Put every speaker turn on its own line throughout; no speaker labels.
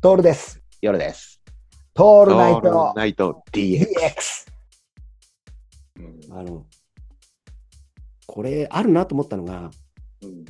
トールです。
夜です。
ト
オ
ールナイト
ナイト DX。
DX。
あの、これあるなと思ったのが、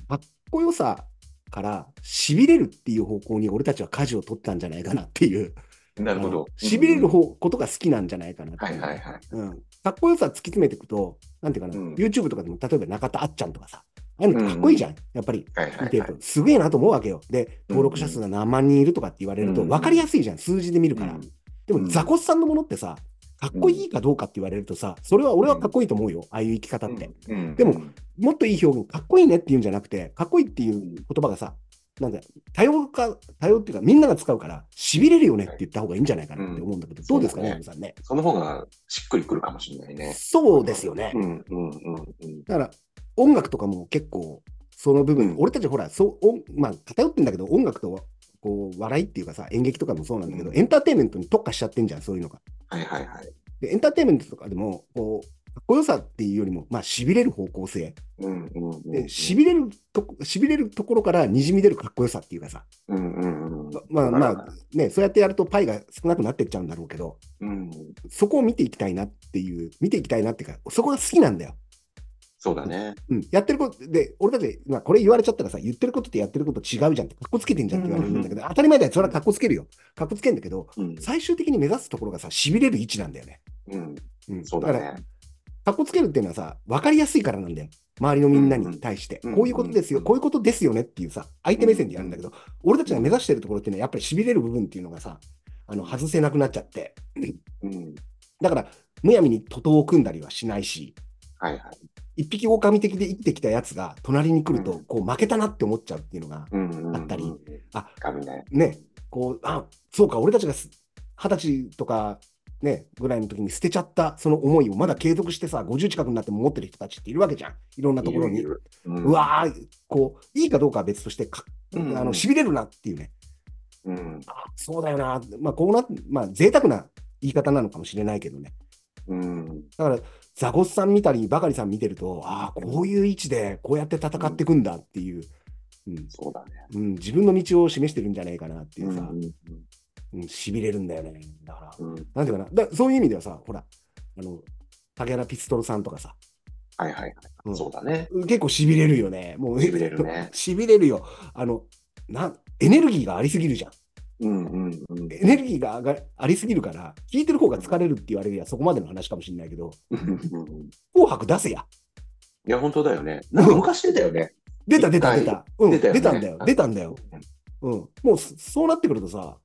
かっこよさからしびれるっていう方向に俺たちは舵を取ったんじゃないかなっていう、
なるほど。
しびれる
方。
方ことが好きなんじゃないかなって
はいいうはいはい。
うん、かっこよさ突き詰めていくと、なんていうかな、
うん
YouTube とかでも例えば中田あっちゃんとかさ、ああいうのってかっこいいじゃん、やっぱり。
はいは
見て
い
る
はい。
とすげえなと思うわけよ。で、登録者数が何万人いるとかって言われると
うん
分かりやすいじゃん、数字で見るから。
うん
で
う
も、
ん
ザコシさんのものってさ、かっこいいかどうかって言われるとさ、それは俺はかっこいいと思うよ、ああいう生き方って。
うん
でも、もっといい表現、かっこいいねって言うんじゃなくて、かっこいいっていう言葉がさ、なんだ多様化、多様っていうか、みんなが使うから、しびれるよねって言った方がいいんじゃないかなって思うんだけど、どうですかね、
そ
山さ
うだね
んね。
その方がしっくりくるかもしれないね。
そうですよね
う。んうんうんうん。
だから、音楽とかも結構、その部分、
うん
俺たちほら、そう音まあ、偏ってんだけど、音楽とこう笑いっていうかさ、演劇とかもそうなんだけど、
うん
エンターテインメントに特化しちゃってんじゃん、そういうのが。
はいはいはい。
で、エンターテインメントとかでも、こう、かっこよさっていうよりも、まあ、しびれる方向性。
うんうんうんうん。
で、しびれるとこ、しびれるところからにじみ出るかっこよさっていうかさ、
うんうんうん。
まあ
わか
ま
るわ
あね、そうやってやるとパイが少なくなってっちゃうんだろうけど、
うん。
そこを見ていきたいなっていう、見ていきたいなっていうか、そこが好きなんだよ。
そうだね。
うん、やってることで、俺たち、まあ、これ言われちゃったらさ、言ってることとやってること違うじゃんって、かっこつけてんじゃんって言われるんだけど、当たり前だよ、それはかっこつけるよ。かっこつけんだけど、
うん
最終的に目指すところがさ、しびれる位置なんだよね。
うん。
うん、
そうだ
から、
ね。
かっこつけるっていうのはさ、分かりやすいからなんだよ。周りのみんなに対して、
うんうん
こういうことですよ、
うん
こういうことですよねっていうさ、相手目線でやるんだけど、俺たちが目指してるところっていうのは、やっぱりしびれる部分っていうのがさ、あの外せなくなっちゃって、
うん。
だから、むやみに徒党を組んだりはしないし、
はいはい。
一匹狼的で生きてきたやつが隣に来ると
う、
こう負けたなって思っちゃうっていうのが、
うんうんうん。
あったりあ
あるね。
ね、こう、あそうか、俺たちがす二十歳とか、ね、ぐらいの時に捨てちゃったその思いをまだ継続してさ、50近くになっても持ってる人たちっているわけじゃん、いろんなところに。
いるいる。
うわーこう、いいかどうかは別としてか、
うん
あのしびれるなっていうね、
うん。うん
あそうだよな、まあ、こうな、まあ、贅沢な言い方なのかもしれないけどね。
うん。
だからザコスさん見たりバカリさん見てるとああこういう位置でこうやって戦っていくんだっていう、うん
そうだね。
うん、自分の道を示してるんじゃないかなっていうさ
うん、
うん、しびれるんだよねだから
うんうん
なんていうかなだそういう意味ではさほらあの竹原ピストルさんとかさ、
はいはいはい。
うん
そうだね。
結構しびれるよねもう
しびれるね
しびれるよあのなんエネルギーがありすぎるじゃん
うんうんうん。
エネルギーが上がありすぎるから聞いてる方が疲れるって言われりゃそこまでの話かもしれないけど「紅白」出せや
いや、本当だよね。なんか昔出たよね。
出た出た
一回
出た。うん、
出
出
たよね
たんだよ。出たんだよ。うん。もうそそうなってくるとさ、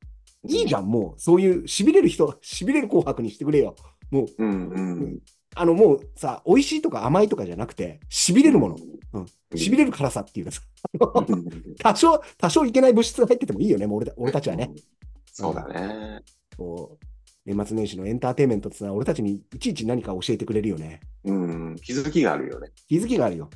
いいじゃん、もう。そういう、しびれる人、しびれる紅白にしてくれよ。もう、
うんうん。
あの、もうさ、美味しいとか甘いとかじゃなくて、しびれるもの。
うん
しびれる辛さっていうかさ、
うん
多少、多少いけない物質が入っててもいいよね、もう俺た俺たちはね。。
そうだね。
こう年末年始のエンターテインメントってのは、俺たちにいちいち何か教えてくれるよね。
うん。気づきがあるよね。
気づきがあるよ。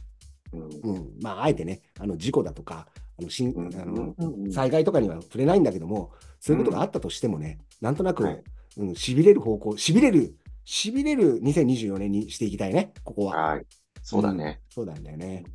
うん
うん。まあ、あえてね、あの、事故だとか、あの、しん
うん
あの
うん
災害とかには触れないんだけども、そういうことがあったとしてもね、なんとなく、
はい
うん、しびれる方向、しびれる、しびれる2024年にしていきたいね、ここは。
はい。そうだね。
そうなんだよね。